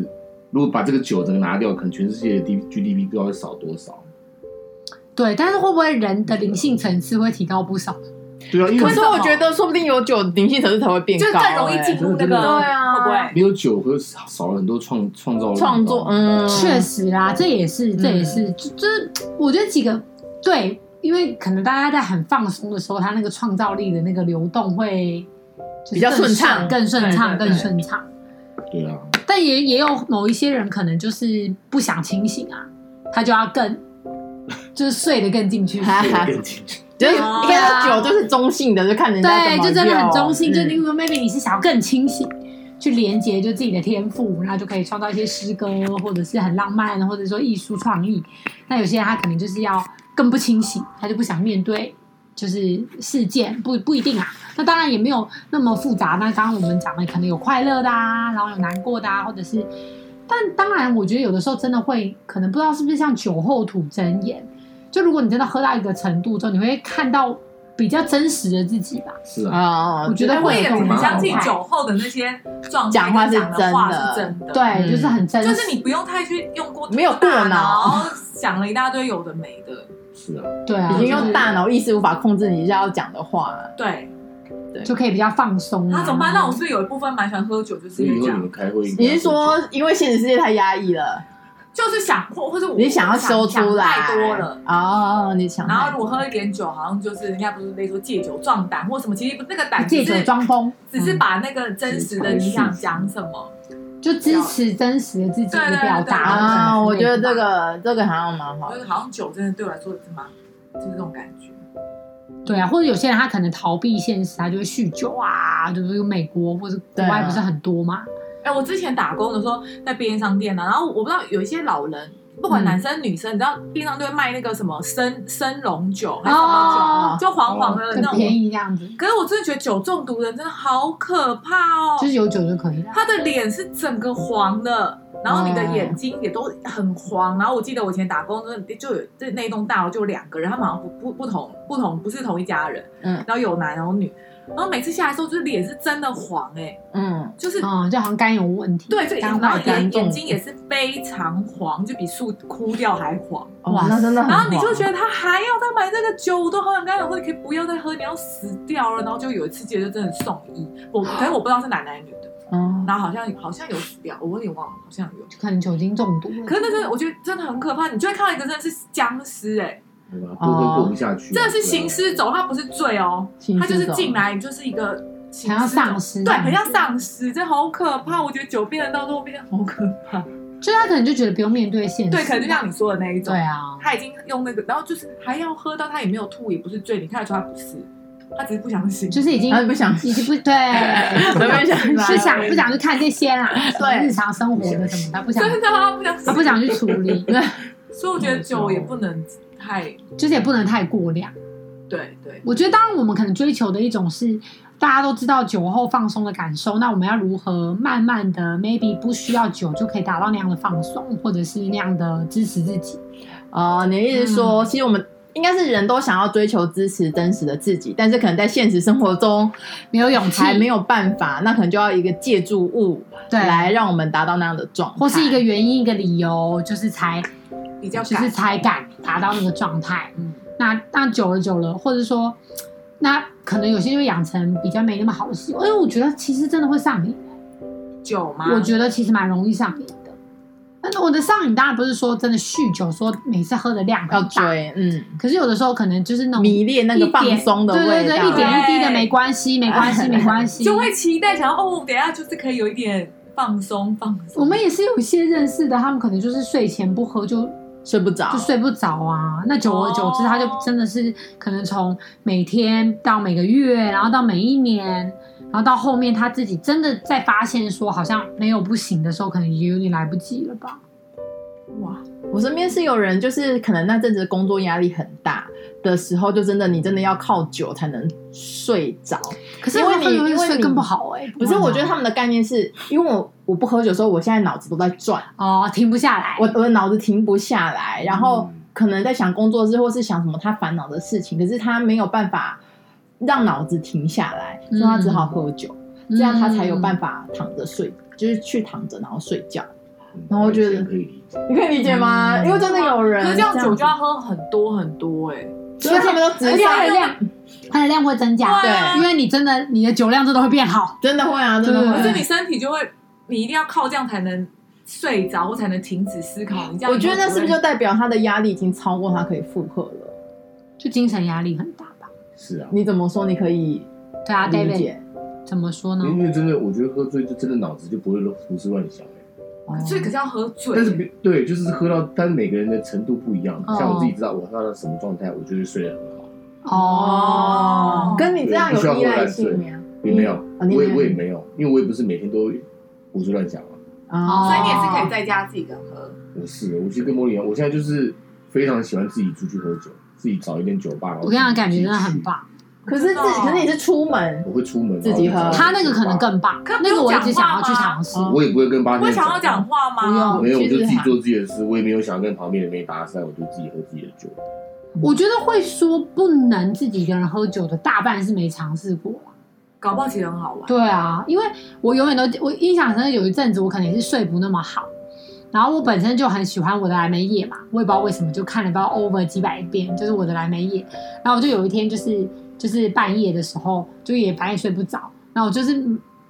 [SPEAKER 3] 如果把这个酒整个拿掉，可能全世界的 D GDP 不知道会少多少。
[SPEAKER 1] 对，但是会不会人的灵性层次会提高不少？
[SPEAKER 3] 对啊，因为
[SPEAKER 4] 可是我觉得说不定有酒，灵性层次才会变
[SPEAKER 5] 欸就是
[SPEAKER 4] 高，欸
[SPEAKER 5] 更容易进入那个，
[SPEAKER 3] 对
[SPEAKER 4] 啊
[SPEAKER 5] 会不会？
[SPEAKER 3] 没有酒喝少了很多创创造力
[SPEAKER 4] 哎创作。，嗯，
[SPEAKER 1] 确实啦，这也是，这也是，就就是我觉得几个对，因为可能大家在很放松的时候，他那个创造力的那个流动会就是
[SPEAKER 4] 比较
[SPEAKER 1] 更
[SPEAKER 4] 顺畅
[SPEAKER 1] 更顺畅，
[SPEAKER 5] 对对对
[SPEAKER 1] 更顺畅。
[SPEAKER 4] 嗯
[SPEAKER 3] 对啊，
[SPEAKER 1] 但也也有某一些人可能就是不想清醒啊，他就要更就是睡得更进 去。
[SPEAKER 4] 啊就是
[SPEAKER 5] 哦
[SPEAKER 4] 应该说酒就是中性的，就看人家
[SPEAKER 1] 对，
[SPEAKER 4] 怎么
[SPEAKER 1] 就真的很中性。
[SPEAKER 4] 用
[SPEAKER 1] 就
[SPEAKER 4] 嗯
[SPEAKER 1] 例如说，maybe 你是想要更清醒，去连接就自己的天赋，然后就可以创造一些诗歌，或者是很浪漫，或者说艺术创意。那有些人他可能就是要更不清醒，他就不想面对就是事件，不不一定啊。那当然也没有那么复杂。那刚刚我们讲的可能有快乐的啊，然后有难过的啊，或者是，但当然我觉得有的时候真的会，可能不知道是不是像酒后吐真言。就如果你真的喝到一个程度之后，你会看到比较真实的自己吧。
[SPEAKER 3] 是啊，
[SPEAKER 4] 啊，
[SPEAKER 1] 我觉得
[SPEAKER 5] 哎我
[SPEAKER 1] 会
[SPEAKER 5] 也
[SPEAKER 1] 有
[SPEAKER 5] 很
[SPEAKER 1] 蛮
[SPEAKER 5] 相信
[SPEAKER 1] 好
[SPEAKER 5] 酒后的那些状态
[SPEAKER 4] 讲话
[SPEAKER 5] 跟
[SPEAKER 4] 是
[SPEAKER 5] 讲的
[SPEAKER 4] 真
[SPEAKER 5] 话
[SPEAKER 4] 的
[SPEAKER 5] 是真的，
[SPEAKER 1] 对，
[SPEAKER 4] 嗯
[SPEAKER 1] 就是很真实，
[SPEAKER 5] 就是你不用太去用过
[SPEAKER 4] 没有过
[SPEAKER 5] 大
[SPEAKER 4] 脑，
[SPEAKER 5] 想了一大堆有的没的，
[SPEAKER 3] 是啊，
[SPEAKER 1] 对啊，
[SPEAKER 4] 已经
[SPEAKER 1] 就
[SPEAKER 4] 用
[SPEAKER 1] 是
[SPEAKER 4] 大脑意识无法控制你要讲的话，
[SPEAKER 5] 对。
[SPEAKER 1] 就可以比较放松
[SPEAKER 4] 嗯
[SPEAKER 1] 啊。
[SPEAKER 5] 那怎么办？那我是不是有一部分蛮喜欢喝酒，就是
[SPEAKER 3] 所以
[SPEAKER 5] 因
[SPEAKER 3] 以
[SPEAKER 5] 为
[SPEAKER 3] 后
[SPEAKER 5] 这
[SPEAKER 3] 你
[SPEAKER 5] 样
[SPEAKER 3] 们，开会应该
[SPEAKER 4] 你
[SPEAKER 3] 要喝酒，
[SPEAKER 4] 是说因为现实世界太压抑了，
[SPEAKER 5] 就是想或或者我
[SPEAKER 4] 你想要修出来？
[SPEAKER 5] 想太多了。
[SPEAKER 4] 哦，你想太
[SPEAKER 5] 然后如果喝一点酒，好像就是人家不是那说戒酒壮胆或什么，其实那个胆
[SPEAKER 1] 借
[SPEAKER 5] 只
[SPEAKER 1] 酒
[SPEAKER 5] 是
[SPEAKER 1] 装疯，
[SPEAKER 5] 只
[SPEAKER 4] 嗯
[SPEAKER 5] 是把那个真实的你想讲什么，
[SPEAKER 1] 就支持真实的自己的表达
[SPEAKER 4] 啊，我觉得这
[SPEAKER 1] 这
[SPEAKER 4] 个这个好像蛮好
[SPEAKER 5] 就
[SPEAKER 4] 的，
[SPEAKER 5] 是好像酒真的对我来说是蛮就是这种感觉。
[SPEAKER 1] 对啊，或者有些人他可能逃避现实，他就会酗酒啊，就是有美国或者国
[SPEAKER 4] 对
[SPEAKER 1] 外
[SPEAKER 4] 啊
[SPEAKER 1] 不是很多嘛？
[SPEAKER 5] 哎、我之前打工的时候在便利商店啊，然后我不知道有一些老人，不
[SPEAKER 1] 嗯
[SPEAKER 5] 管男生女生，你知道便利商店会卖那个什么生生龙酒还是什么
[SPEAKER 1] 哦
[SPEAKER 5] 酒，，就黄黄的
[SPEAKER 1] 很
[SPEAKER 5] 啊那哦
[SPEAKER 1] 便
[SPEAKER 5] 种。
[SPEAKER 1] 宜这样子，
[SPEAKER 5] 可是我真的觉得酒中毒人真的好可怕哦
[SPEAKER 1] 就，是有酒就可以 了。
[SPEAKER 5] 他的脸是整个黄的。然后你
[SPEAKER 1] 嗯
[SPEAKER 5] 的眼睛也都很黄，然后我记得我以前打工的时候就有这那一栋大楼就有两个人，他们好像不不不同不同不是同一家人，
[SPEAKER 4] 嗯
[SPEAKER 5] 然后有男有女，然后每次下来的时候，就是脸是真的黄哎、
[SPEAKER 4] 嗯，
[SPEAKER 5] 就是
[SPEAKER 1] 嗯，就好像肝有问题，
[SPEAKER 5] 对，就
[SPEAKER 1] 肝
[SPEAKER 5] 然后
[SPEAKER 1] 坏
[SPEAKER 4] 肝
[SPEAKER 5] 眼
[SPEAKER 4] 中
[SPEAKER 5] 眼睛也是非常黄，就比树枯掉还黄。
[SPEAKER 4] 哇，哦那真的很
[SPEAKER 5] 然后你就
[SPEAKER 4] 黄
[SPEAKER 5] 觉得他还要再买这个酒，我都好想跟他讲说，你可以不要再喝，你要死掉了。然后就有一次，姐就真的送医，我可是我不知道是男男女的，
[SPEAKER 4] 嗯，
[SPEAKER 5] 然后好像好像有死掉，我有点忘了，好像有。
[SPEAKER 1] 就可能酒精中毒了。
[SPEAKER 5] 可是那真的，我觉得真的很可怕。你就会看到一个真的是僵尸、哎，
[SPEAKER 3] 对吧？过
[SPEAKER 4] 哦
[SPEAKER 3] 跟过不下去，啊
[SPEAKER 5] 真的是行尸走，他不是醉哦，
[SPEAKER 4] 行
[SPEAKER 5] 他就
[SPEAKER 4] 尸
[SPEAKER 5] 是
[SPEAKER 4] 走
[SPEAKER 5] 进来就是一个行
[SPEAKER 1] 很像
[SPEAKER 5] 尸走
[SPEAKER 1] 丧尸
[SPEAKER 5] 对，很像丧尸，真的好可怕。我觉得酒变得到最后变得好可怕，
[SPEAKER 1] 就是他可能就觉得不用面对现实，
[SPEAKER 5] 对，可能就像你说的那一种，
[SPEAKER 1] 对啊，
[SPEAKER 5] 他已经用那个，然后就是还要喝到他也没有吐，也不是醉，你看得出他不是，他只是不相信。
[SPEAKER 1] 就是已经
[SPEAKER 4] 他啊不想
[SPEAKER 1] 已经不 对，
[SPEAKER 4] 随便想
[SPEAKER 1] 不想嗯不想去看这些啦，
[SPEAKER 4] 对
[SPEAKER 1] 日常生活的什么，他不想
[SPEAKER 5] 真的啊，不相
[SPEAKER 1] 他
[SPEAKER 5] 信。
[SPEAKER 1] 不想去处理，
[SPEAKER 5] 所以我觉得酒也不能太
[SPEAKER 1] 就是也不能太过量。
[SPEAKER 5] 对对，
[SPEAKER 1] 我觉得，当然我们可能追求的一种是，大家都知道酒后放松的感受，那我们要如何慢慢的，maybe 不需要酒就可以达到那样的放松，或者是那样的支持自己。
[SPEAKER 4] 哦，你的意思是说，其实我们应该是人都想要追求支持真实的自己，但是可能在现实生活中
[SPEAKER 1] 没有勇气
[SPEAKER 4] 还没有办法，那可能就要一个借助物
[SPEAKER 1] 嗯对
[SPEAKER 4] 来让我们达到那样的状态，
[SPEAKER 1] 或是一个原因、一个理由，就是才
[SPEAKER 5] 比较
[SPEAKER 1] 就是
[SPEAKER 5] 敢。
[SPEAKER 1] 才敢达到那个状态。
[SPEAKER 5] 嗯，
[SPEAKER 1] 那那久了久了，或者说，那可能有些就会养成比较没那么好的习惯。因为我觉得其实真的会上瘾，
[SPEAKER 5] 酒
[SPEAKER 4] 啊
[SPEAKER 5] 吗？
[SPEAKER 1] 我觉得其实蛮容易上瘾的。那我的上瘾当然不是说真的酗酒，说每次喝的量
[SPEAKER 4] 要
[SPEAKER 1] 很大，
[SPEAKER 4] 追，嗯，
[SPEAKER 1] 可是有的时候可能就是那种
[SPEAKER 4] 迷恋那个放松的味道，
[SPEAKER 1] 对对对，一点一滴的没关系，没关系，没关 系。
[SPEAKER 5] 就会期待想要哦，等一下就是可以有一点放松放松。
[SPEAKER 1] 我们也是有一些认识的，他们可能就是睡前不喝就
[SPEAKER 4] 睡不着
[SPEAKER 1] 就，睡不着啊。那久而久之，
[SPEAKER 5] 哦
[SPEAKER 1] 他就真的是可能从每天到每个月，然后到每一年，然后到后面他自己真的在发现说好像没有不行的时候，可能也有点来不及了吧。
[SPEAKER 5] 哇，
[SPEAKER 4] 我身边是有人，就是可能那阵子工作压力很大的时候，就真的你真的要靠酒才能睡着。
[SPEAKER 1] 可是
[SPEAKER 4] 因为
[SPEAKER 1] 会
[SPEAKER 4] 你
[SPEAKER 1] 会
[SPEAKER 4] 因为
[SPEAKER 1] 睡
[SPEAKER 4] 你
[SPEAKER 1] 更不好哎、
[SPEAKER 4] 不是，我觉得他们的概念是因为我我不喝酒的时候，我现在脑子都在转，
[SPEAKER 1] 哦停不下来，
[SPEAKER 4] 我我的脑子停不下来，然后
[SPEAKER 3] 嗯
[SPEAKER 4] 可能在想工作之后是想什么他烦恼的事情，可是他没有办法让脑子停下来，所以他只好喝酒，
[SPEAKER 5] 嗯
[SPEAKER 4] 这样他才有办
[SPEAKER 1] 法。
[SPEAKER 4] 法躺着睡，就是去躺着然后睡觉。
[SPEAKER 3] 嗯
[SPEAKER 4] 然后我觉得
[SPEAKER 3] 完全可以理解，
[SPEAKER 4] 你可以理解吗？
[SPEAKER 1] 嗯
[SPEAKER 4] 因为真的有人，
[SPEAKER 5] 可是这样酒就
[SPEAKER 4] 样
[SPEAKER 5] 要喝很多很多哎、
[SPEAKER 4] 子，所以他们都直
[SPEAKER 1] 而且它
[SPEAKER 4] 上
[SPEAKER 1] 的量，它的量会增加，
[SPEAKER 5] 对
[SPEAKER 4] 啊
[SPEAKER 1] 因为你真的你的酒量真的会变好，
[SPEAKER 4] 真的会啊，真的
[SPEAKER 1] 对
[SPEAKER 4] 会。
[SPEAKER 5] 可是你身体就会，你一定要靠这样才能睡着，或才能停止思考。你这样
[SPEAKER 4] 我觉得那是不是就
[SPEAKER 5] 就
[SPEAKER 4] 代表他的压力已经超过他可以负荷了？
[SPEAKER 1] 就精神压力很大吧？
[SPEAKER 3] 是啊，
[SPEAKER 4] 你怎么说？你可以
[SPEAKER 1] 对啊
[SPEAKER 4] 理
[SPEAKER 1] ，David
[SPEAKER 4] 解，
[SPEAKER 1] 怎么说呢？
[SPEAKER 3] 因为真的，我觉得喝醉就真的脑子就不会胡思乱想哎。
[SPEAKER 1] 哦
[SPEAKER 5] 所以可是要喝醉，
[SPEAKER 3] 但是别对，就是喝到，但是每个人的程度不一样。
[SPEAKER 1] 哦
[SPEAKER 3] 像我自己知道，我喝到什么状态，我就会睡得很好。
[SPEAKER 1] 哦，
[SPEAKER 4] 跟你这样有依赖性吗？
[SPEAKER 1] 嗯
[SPEAKER 3] 也没有，
[SPEAKER 4] 你
[SPEAKER 3] 我
[SPEAKER 4] 没
[SPEAKER 3] 也
[SPEAKER 4] 有
[SPEAKER 3] 我也没有，因为我也不是每天都胡思乱想啊。
[SPEAKER 1] 哦
[SPEAKER 5] 所以你也是可以在家自己一个人喝。
[SPEAKER 3] 我是，我就跟莫莉一样，我现在就是非常喜欢自己出去喝酒，自己找一间酒吧。然后
[SPEAKER 1] 我跟你讲，感觉
[SPEAKER 3] 自己
[SPEAKER 1] 真的很
[SPEAKER 3] 去。
[SPEAKER 1] 棒。
[SPEAKER 4] 可是自
[SPEAKER 5] 真的哦
[SPEAKER 4] 可是你是出门
[SPEAKER 3] 我会出门
[SPEAKER 4] 自己喝
[SPEAKER 3] 然后就找一间酒吧
[SPEAKER 1] 他那个可能更棒
[SPEAKER 5] 可，
[SPEAKER 1] 那个我一直想要去尝试。
[SPEAKER 4] 哦
[SPEAKER 3] 我啊也不会跟八
[SPEAKER 5] 不会
[SPEAKER 3] 天
[SPEAKER 5] 想要讲话
[SPEAKER 4] 不
[SPEAKER 5] 吗
[SPEAKER 4] 用？
[SPEAKER 3] 没有，我就自
[SPEAKER 4] 其实
[SPEAKER 3] 己
[SPEAKER 4] 还
[SPEAKER 3] 做自己的事，我也没有想要跟旁边的妹搭讪，我就自己喝自己的酒。
[SPEAKER 1] 我觉得会说不能自己一个人喝酒的，大半是没尝试过啦。
[SPEAKER 5] 搞不好其实很好玩。
[SPEAKER 1] 对啊，因为我永远都我印象深刻，有一阵子我可能也是睡不那么好，然后我本身就很喜欢我的蓝莓叶嘛，我也不知道为什么就看了不知道 over 几百遍，就是我的蓝莓叶。然后我就有一天就是就是半夜的时候，就也半夜睡不着，然后我就是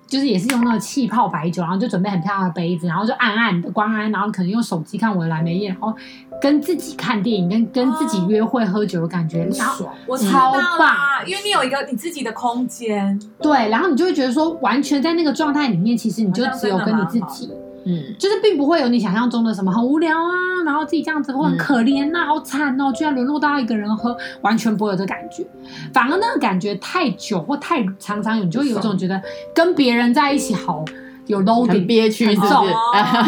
[SPEAKER 1] 就是也是用那个气泡白酒，然后就准备很漂亮的杯子，然后就暗暗的光暗，然后可能用手机看我的蓝莓叶，然后跟自己看电影，跟跟自己约会喝酒的感觉，
[SPEAKER 3] 很
[SPEAKER 1] 然后
[SPEAKER 3] 爽，
[SPEAKER 5] 我知道
[SPEAKER 1] 超
[SPEAKER 5] 啦，
[SPEAKER 1] 棒
[SPEAKER 5] 因为你有一个你自己的空间，
[SPEAKER 1] 对，然后你就会觉得说，完全在那个状态里面，其实你就只有跟你自
[SPEAKER 5] 好像
[SPEAKER 1] 己
[SPEAKER 5] 真。
[SPEAKER 4] 嗯，
[SPEAKER 1] 就是并不会有你想象中的什么很无聊啊，然后自己这样子
[SPEAKER 4] 嗯
[SPEAKER 1] 会很可怜呐、好惨哦，居然沦落到一个人喝，完全不会有这感觉。反而那个感觉太久或太常常有，你就会有一种觉得跟别人在一起好有 loading
[SPEAKER 4] 嗯很憋屈，是不
[SPEAKER 1] 很
[SPEAKER 4] 是
[SPEAKER 1] 重？
[SPEAKER 5] 哦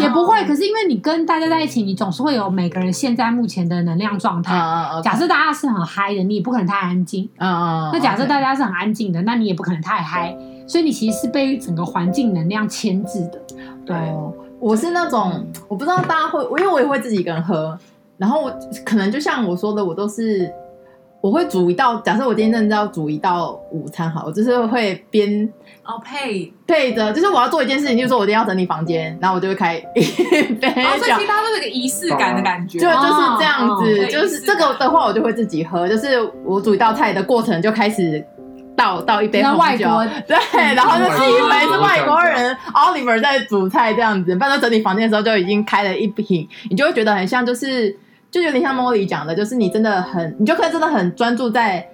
[SPEAKER 1] 也不会。可是因为你跟大家在一起，你总是会有每个人现在目前的能量状态。
[SPEAKER 4] 啊
[SPEAKER 1] 假设大家是很嗨的，你也不可能太安静。
[SPEAKER 4] 啊啊！
[SPEAKER 1] 那
[SPEAKER 5] 哦
[SPEAKER 1] 假设
[SPEAKER 4] OK
[SPEAKER 1] 大家是很安静的，那你也不可能太嗨，所以你其实是被整个环境能量牵制的。
[SPEAKER 5] 对
[SPEAKER 4] 哦，我是那种我不知道大家会，因为我也会自己一个人喝，然后我可能就像我说的，我都是我会煮一道，假设我今天真的要煮一道午餐好了，我就是会边
[SPEAKER 5] 哦配，
[SPEAKER 4] 配着，就是我要做一件事情，就是说我今天要整理房间，然后我就会开一 杯
[SPEAKER 5] 然后哦所以
[SPEAKER 4] 酒
[SPEAKER 5] 其实。它都有一个仪式感的感觉，
[SPEAKER 4] 就就是这样子，
[SPEAKER 5] 哦
[SPEAKER 4] 就是这个的话，我就会自己喝。就是我煮一道菜的过程就开始倒倒一杯
[SPEAKER 1] 那
[SPEAKER 4] 红
[SPEAKER 1] 外
[SPEAKER 4] 酒，
[SPEAKER 1] 国
[SPEAKER 4] 对，然后就是以为是嗯外国人
[SPEAKER 3] 哦
[SPEAKER 4] Oliver 在煮菜这样子，反正整理房间的时候就已经开了一瓶，你就会觉得很像，就是就有点像 Molly 讲的，就是你真的很，你就可以真的很专注在，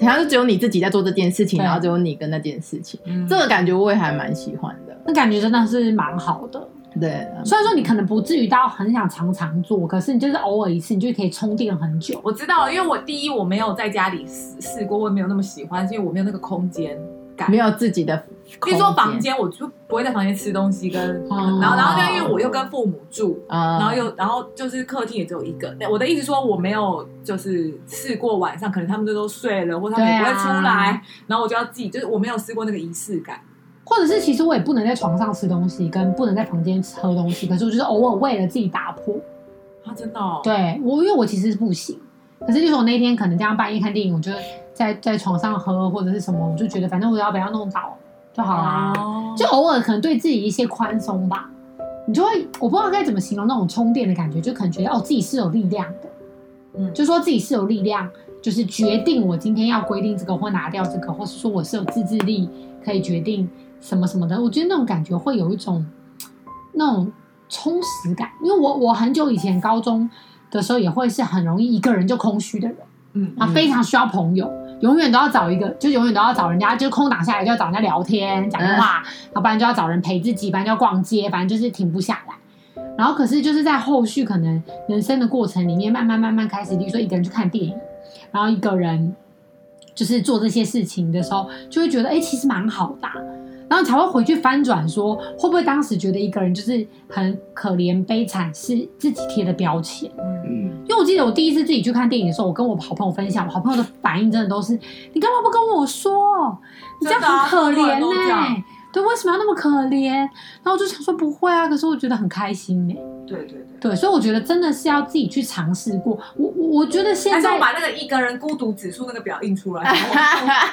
[SPEAKER 4] 好像就只有你自己在做这件事情，
[SPEAKER 1] 对
[SPEAKER 4] 然后只有你跟那件事情，
[SPEAKER 5] 嗯
[SPEAKER 4] 这个感觉我也还蛮喜欢的。
[SPEAKER 1] 那感觉真的是蛮好的。
[SPEAKER 4] 对，
[SPEAKER 1] 虽然说你可能不至于到很想常常做，可是你就是偶尔一次，你就可以充电很久。
[SPEAKER 5] 我知道了，因为我第一我没有在家里试试过，我也没有那么喜欢，是因为我没有那个空间感。
[SPEAKER 4] 没有自己的，
[SPEAKER 5] 比如说房，间，我就不会在房间吃东西跟，
[SPEAKER 1] 哦
[SPEAKER 5] 嗯然后然后就因为我又跟父母住，
[SPEAKER 4] 啊，
[SPEAKER 1] 嗯
[SPEAKER 5] 然后又然后就是客厅也只有一个。我的意思说我没有就是试过晚上，可能他们就都睡了，或者他们也不会
[SPEAKER 1] 对啊
[SPEAKER 5] 出来，然后我就要自己，就是我没有试过那个仪式感。
[SPEAKER 1] 或者是其实我也不能在床上吃东西，跟不能在房间喝东西，可是我就是偶尔为了自己打破。
[SPEAKER 5] 啊，真的、哦，
[SPEAKER 1] 对我，因为我其实是不行，可是就是我那一天可能这样半夜看电影，我就在在床上喝或者是什么，我就觉得反正我要不要弄倒就好啦、
[SPEAKER 5] 哦，
[SPEAKER 1] 就偶尔可能对自己一些宽松吧，你就会我不知道该怎么形容那种充电的感觉，就可能觉得哦自己是有力量的，
[SPEAKER 5] 嗯
[SPEAKER 1] 就说自己是有力量，就是决定我今天要规定这个或拿掉这个，或是说我是有自制力可以决定什么什么的。我觉得那种感觉会有一种那种充实感，因为我我很久以前高中的时候也会是很容易一个人就空虚的人。
[SPEAKER 5] 嗯，
[SPEAKER 1] 啊，非常需要朋友，永远都要找一个，就永远都要找人家，就空档下来就要找人家聊天、讲
[SPEAKER 5] 嗯
[SPEAKER 1] 话，要、不然就要找人陪自己，不然就要逛街，反正就是停不下来。然后可是就是在后续可能人生的过程里面，慢慢慢慢开始，比如说一个人去看电影，然后一个人就是做这些事情的时候，就会觉得哎、诶其实蛮好的啊、然后才会回去翻转说，会不会当时觉得一个人就是很可怜、悲惨，是自己贴的标签。
[SPEAKER 3] 嗯，
[SPEAKER 1] 因为我记得我第一次自己去看电影的时候，我跟我好朋友分享，我好朋友的反应真的都是：你干嘛不跟我说？你这样很可
[SPEAKER 5] 真的啊
[SPEAKER 1] 怜
[SPEAKER 5] 很多人都
[SPEAKER 1] 呢、
[SPEAKER 5] 这样
[SPEAKER 1] 对，为什么要那么可怜？然后我就想说不会啊，可是我觉得很开心呢、
[SPEAKER 5] 对对对。
[SPEAKER 1] 对，所以我觉得真的是要自己去尝试过。我我我觉得
[SPEAKER 5] 还
[SPEAKER 1] 现
[SPEAKER 5] 是
[SPEAKER 1] 在
[SPEAKER 5] 我把那个一个人孤独指数那个表印出来，然后 我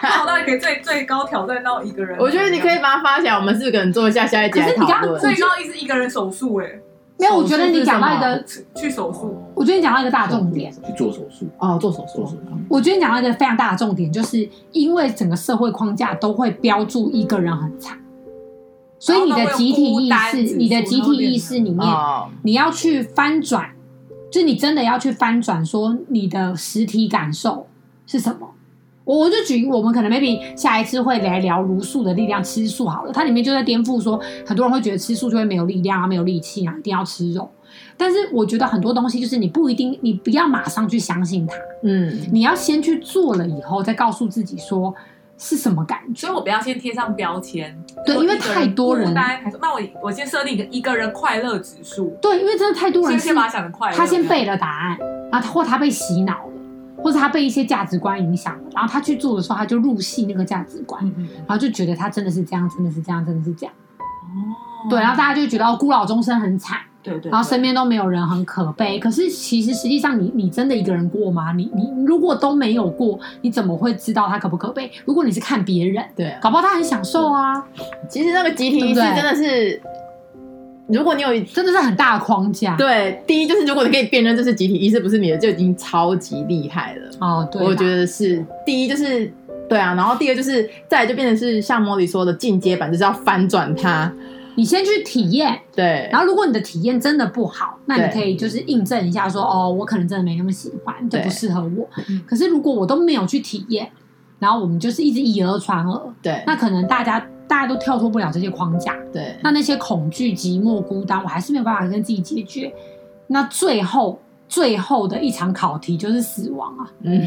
[SPEAKER 5] 看我到底可以最最高挑战到一个人。
[SPEAKER 4] 我觉得你可以把它发起来，我们四个人做一下下一集
[SPEAKER 1] 可
[SPEAKER 4] 来
[SPEAKER 1] 是
[SPEAKER 4] 讨
[SPEAKER 1] 你刚
[SPEAKER 4] 论。
[SPEAKER 5] 最高一是一个人手术，哎，
[SPEAKER 1] 没有，我觉得你讲到一
[SPEAKER 4] 手
[SPEAKER 5] 啊
[SPEAKER 1] 个，
[SPEAKER 5] 去手术。
[SPEAKER 1] 我觉得你讲到一个大重点。
[SPEAKER 3] 去做手术，
[SPEAKER 4] 哦，做手
[SPEAKER 3] 做手
[SPEAKER 4] 术
[SPEAKER 3] 术，
[SPEAKER 1] 我觉得你讲到一个非常大的重点，就是因为整个社会框架都会标注一个人很惨，所以你的集体意
[SPEAKER 5] 然后呢我有孤单嗯指
[SPEAKER 1] 识，
[SPEAKER 5] 数
[SPEAKER 1] 你的集体意识里面，
[SPEAKER 4] 哦，
[SPEAKER 1] 你要去翻转，就是你真的要去翻转，说你的实体感受是什么。我我就举我们可能 maybe 下一次会来聊茹素的力量，吃素好了，它里面就在颠覆说，很多人会觉得吃素就会没有力量啊，没有力气啊，一定要吃肉。但是我觉得很多东西就是你不一定，你不要马上去相信它，
[SPEAKER 4] 嗯，
[SPEAKER 1] 你要先去做了以后，再告诉自己说是什么感觉。
[SPEAKER 5] 所以我不要先贴上标签，
[SPEAKER 1] 对
[SPEAKER 5] 说
[SPEAKER 1] 因为
[SPEAKER 5] 一个
[SPEAKER 1] 太多人
[SPEAKER 5] 孤单，还是那我我先设定一个一个人快乐指数，
[SPEAKER 1] 对，因为真的太多人
[SPEAKER 5] 先
[SPEAKER 1] 是
[SPEAKER 5] 先把它想成快乐。
[SPEAKER 1] 他先背了答案，然后他或他被洗脑了，或者他被一些价值观影响了，然后他去做的时候，他就入戏那个价值观，
[SPEAKER 5] 嗯，嗯嗯，
[SPEAKER 1] 然后就觉得他真的是这样，真的是这样，真的是这样。
[SPEAKER 5] 哦，
[SPEAKER 1] 对，然后大家就觉得哦，孤老终生很惨，
[SPEAKER 5] 对对对，
[SPEAKER 1] 然后身边都没有人，很可悲。可是其实实际上你，你真的一个人过吗？你你如果都没有过，你怎么会知道他可不可悲？如果你是看别人，
[SPEAKER 4] 对啊。
[SPEAKER 1] 搞不好他很享受啊，
[SPEAKER 4] 其实那个集体意识真的是，如果你有
[SPEAKER 1] 真的是很大的框架。
[SPEAKER 4] 对，第一就是如果你可以辨认这是集体意识不是你的，就已经超级厉害了。
[SPEAKER 1] 哦，对啦，
[SPEAKER 4] 我觉得是第一就是对啊，然后第二就是再来就变成是像莫里说的进阶版，就是要翻转它。
[SPEAKER 1] 你先去体验，
[SPEAKER 4] 对
[SPEAKER 1] 然，后，如果你的体验真的不好，那
[SPEAKER 4] 对
[SPEAKER 1] 你可以就是印证一下说，哦，我可能真的没那么喜欢，这
[SPEAKER 4] 对
[SPEAKER 1] 不适合我
[SPEAKER 5] 嗯。
[SPEAKER 1] 可是如果我都没有去体验，然后我们就是一直以讹传讹，
[SPEAKER 4] 对，
[SPEAKER 1] 那可能大家大家都跳脱不了这些框架，
[SPEAKER 4] 对，
[SPEAKER 1] 那那些恐惧、寂寞、孤单，我还是没有办法跟自己解决。那最后最后的一场考题就是死亡啊！
[SPEAKER 4] 嗯，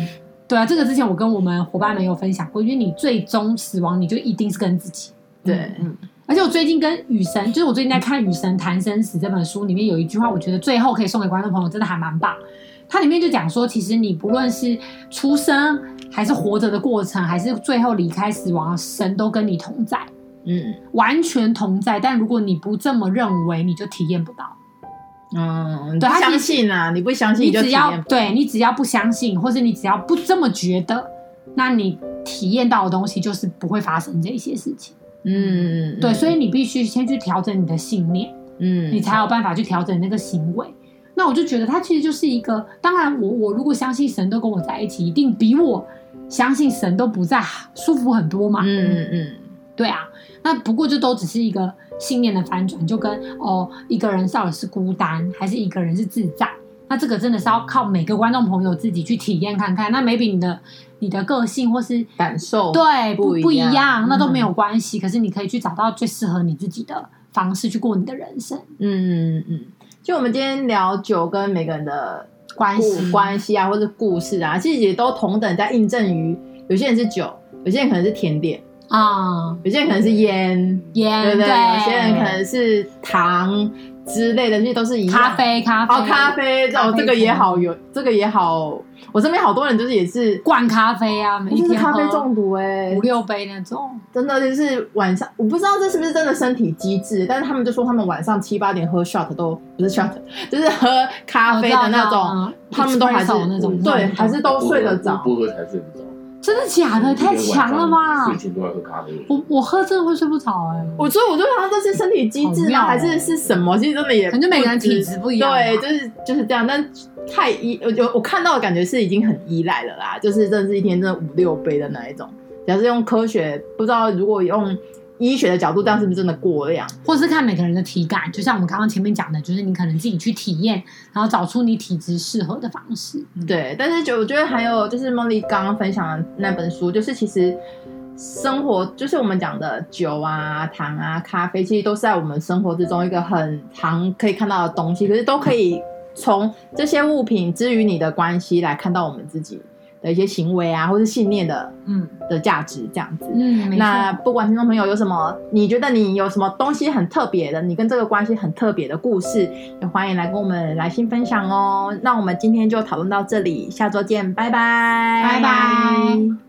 [SPEAKER 1] 对啊，这个之前我跟我们伙伴们有分享过，因为你最终死亡，你就一定是跟自己。
[SPEAKER 4] 对，
[SPEAKER 5] 嗯，
[SPEAKER 1] 而且我最近跟雨神，就是我最近在看《雨神谈生死》这本书，里面有一句话，我觉得最后可以送给观众朋友，真的还蛮棒。它里面就讲说，其实你不论是出生，还是活着的过程，还是最后离开死亡，神都跟你同在，
[SPEAKER 4] 嗯，
[SPEAKER 1] 完全同在。但如果你不这么认为，你就体验不到。
[SPEAKER 4] 嗯，你不
[SPEAKER 1] 对他其实
[SPEAKER 4] 相信啊，你不相信
[SPEAKER 1] 你
[SPEAKER 4] 就体
[SPEAKER 1] 只
[SPEAKER 4] 验不
[SPEAKER 1] 要
[SPEAKER 4] 到
[SPEAKER 1] 对你只要不相信，或是你只要不这么觉得，那你体验到的东西就是不会发生这些事情。
[SPEAKER 4] 嗯，
[SPEAKER 1] 对，
[SPEAKER 4] 嗯
[SPEAKER 1] 所以你必须先去调整你的信念，
[SPEAKER 4] 嗯，
[SPEAKER 1] 你才有办法去调整那个行为。那我就觉得它其实就是一个，当然我我如果相信神都跟我在一起，一定比我相信神都不在舒服很多嘛。
[SPEAKER 4] 嗯嗯嗯
[SPEAKER 1] 对啊，那不过就都只是一个信念的翻转，就跟哦一个人到底是孤单还是一个人是自在，那这个真的是要靠每个观众朋友自己去体验看看。那 maybe 你的你的个性或是
[SPEAKER 4] 感受
[SPEAKER 1] 对不
[SPEAKER 4] 不一
[SPEAKER 1] 不一
[SPEAKER 4] 样
[SPEAKER 1] 样，那都没有
[SPEAKER 4] 嗯
[SPEAKER 1] 关系。可是你可以去找到最适合你自己的方式去过你的人生
[SPEAKER 4] 嗯嗯嗯，就我们今天聊酒跟每个人的
[SPEAKER 1] 关系
[SPEAKER 4] 故关系啊，或者故事啊，其实也都同等在印证于有些人是酒，有些人可能是甜点，
[SPEAKER 1] 啊，
[SPEAKER 4] 有些人可能是烟，
[SPEAKER 1] 烟
[SPEAKER 4] 对不有些人
[SPEAKER 1] 嗯
[SPEAKER 4] 可
[SPEAKER 1] 对，
[SPEAKER 4] 能是糖之类的，这些都是一样
[SPEAKER 1] 咖。啡咖啡
[SPEAKER 4] 哦，咖啡
[SPEAKER 1] 咖
[SPEAKER 4] 哦，
[SPEAKER 1] 啡
[SPEAKER 4] 这个也
[SPEAKER 1] 糖
[SPEAKER 4] 好有，这个也好，我身边好多人就是也是，
[SPEAKER 1] 灌咖啡啊，每
[SPEAKER 4] 就
[SPEAKER 1] 天
[SPEAKER 4] 是咖啡
[SPEAKER 1] 喝
[SPEAKER 4] 中毒哎、
[SPEAKER 1] 五六杯那种，
[SPEAKER 4] 真的就是晚上，我不知道这是不是真的身体机制，但是他们就说他们晚上七八点喝 shot 都不是 shot，就是喝
[SPEAKER 1] 哦
[SPEAKER 4] 咖啡的那种，
[SPEAKER 1] 嗯
[SPEAKER 4] 他们都还是
[SPEAKER 1] espresso 那种
[SPEAKER 4] 对，还是都睡得
[SPEAKER 3] 我
[SPEAKER 4] 着。
[SPEAKER 3] 不喝才睡不着。
[SPEAKER 1] 真的假的？太强了吧
[SPEAKER 3] 睡！前都要喝咖啡。
[SPEAKER 1] 我我喝真的会睡不着哎、
[SPEAKER 4] 我所以我就想，这是身体机制吗？
[SPEAKER 1] 好妙哦
[SPEAKER 4] 还是是什么？其实真的也
[SPEAKER 1] 可能就每个人
[SPEAKER 4] 不知
[SPEAKER 1] 体质不一样吧。
[SPEAKER 4] 对，就是就是这样。但太依，我就我看到的感觉是已经很依赖了啦，就是真的是一天真的五六杯的那一种。假设用科学，不知道如果用医学的角度，这样是不是真的过量？
[SPEAKER 1] 或是看每个人的体感，就像我们刚刚前面讲的，就是你可能自己去体验，然后找出你体质适合的方式。
[SPEAKER 4] 对，但是就我觉得还有就是梦丽刚刚分享的那本书，就是其实生活就是我们讲的酒啊、糖啊、咖啡，其实都是在我们生活之中一个很常可以看到的东西，可是都可以从这些物品之于你的关系来看到我们自己的一些行为啊，或是信念的
[SPEAKER 5] 嗯，
[SPEAKER 4] 的价值这样子。
[SPEAKER 1] 嗯，没错
[SPEAKER 4] 那不管听众朋友有什么，你觉得你有什么东西很特别的，你跟这个关系很特别的故事，也欢迎来跟我们来信分享哦。那我们今天就讨论到这里，下周见，拜拜，
[SPEAKER 1] 拜拜。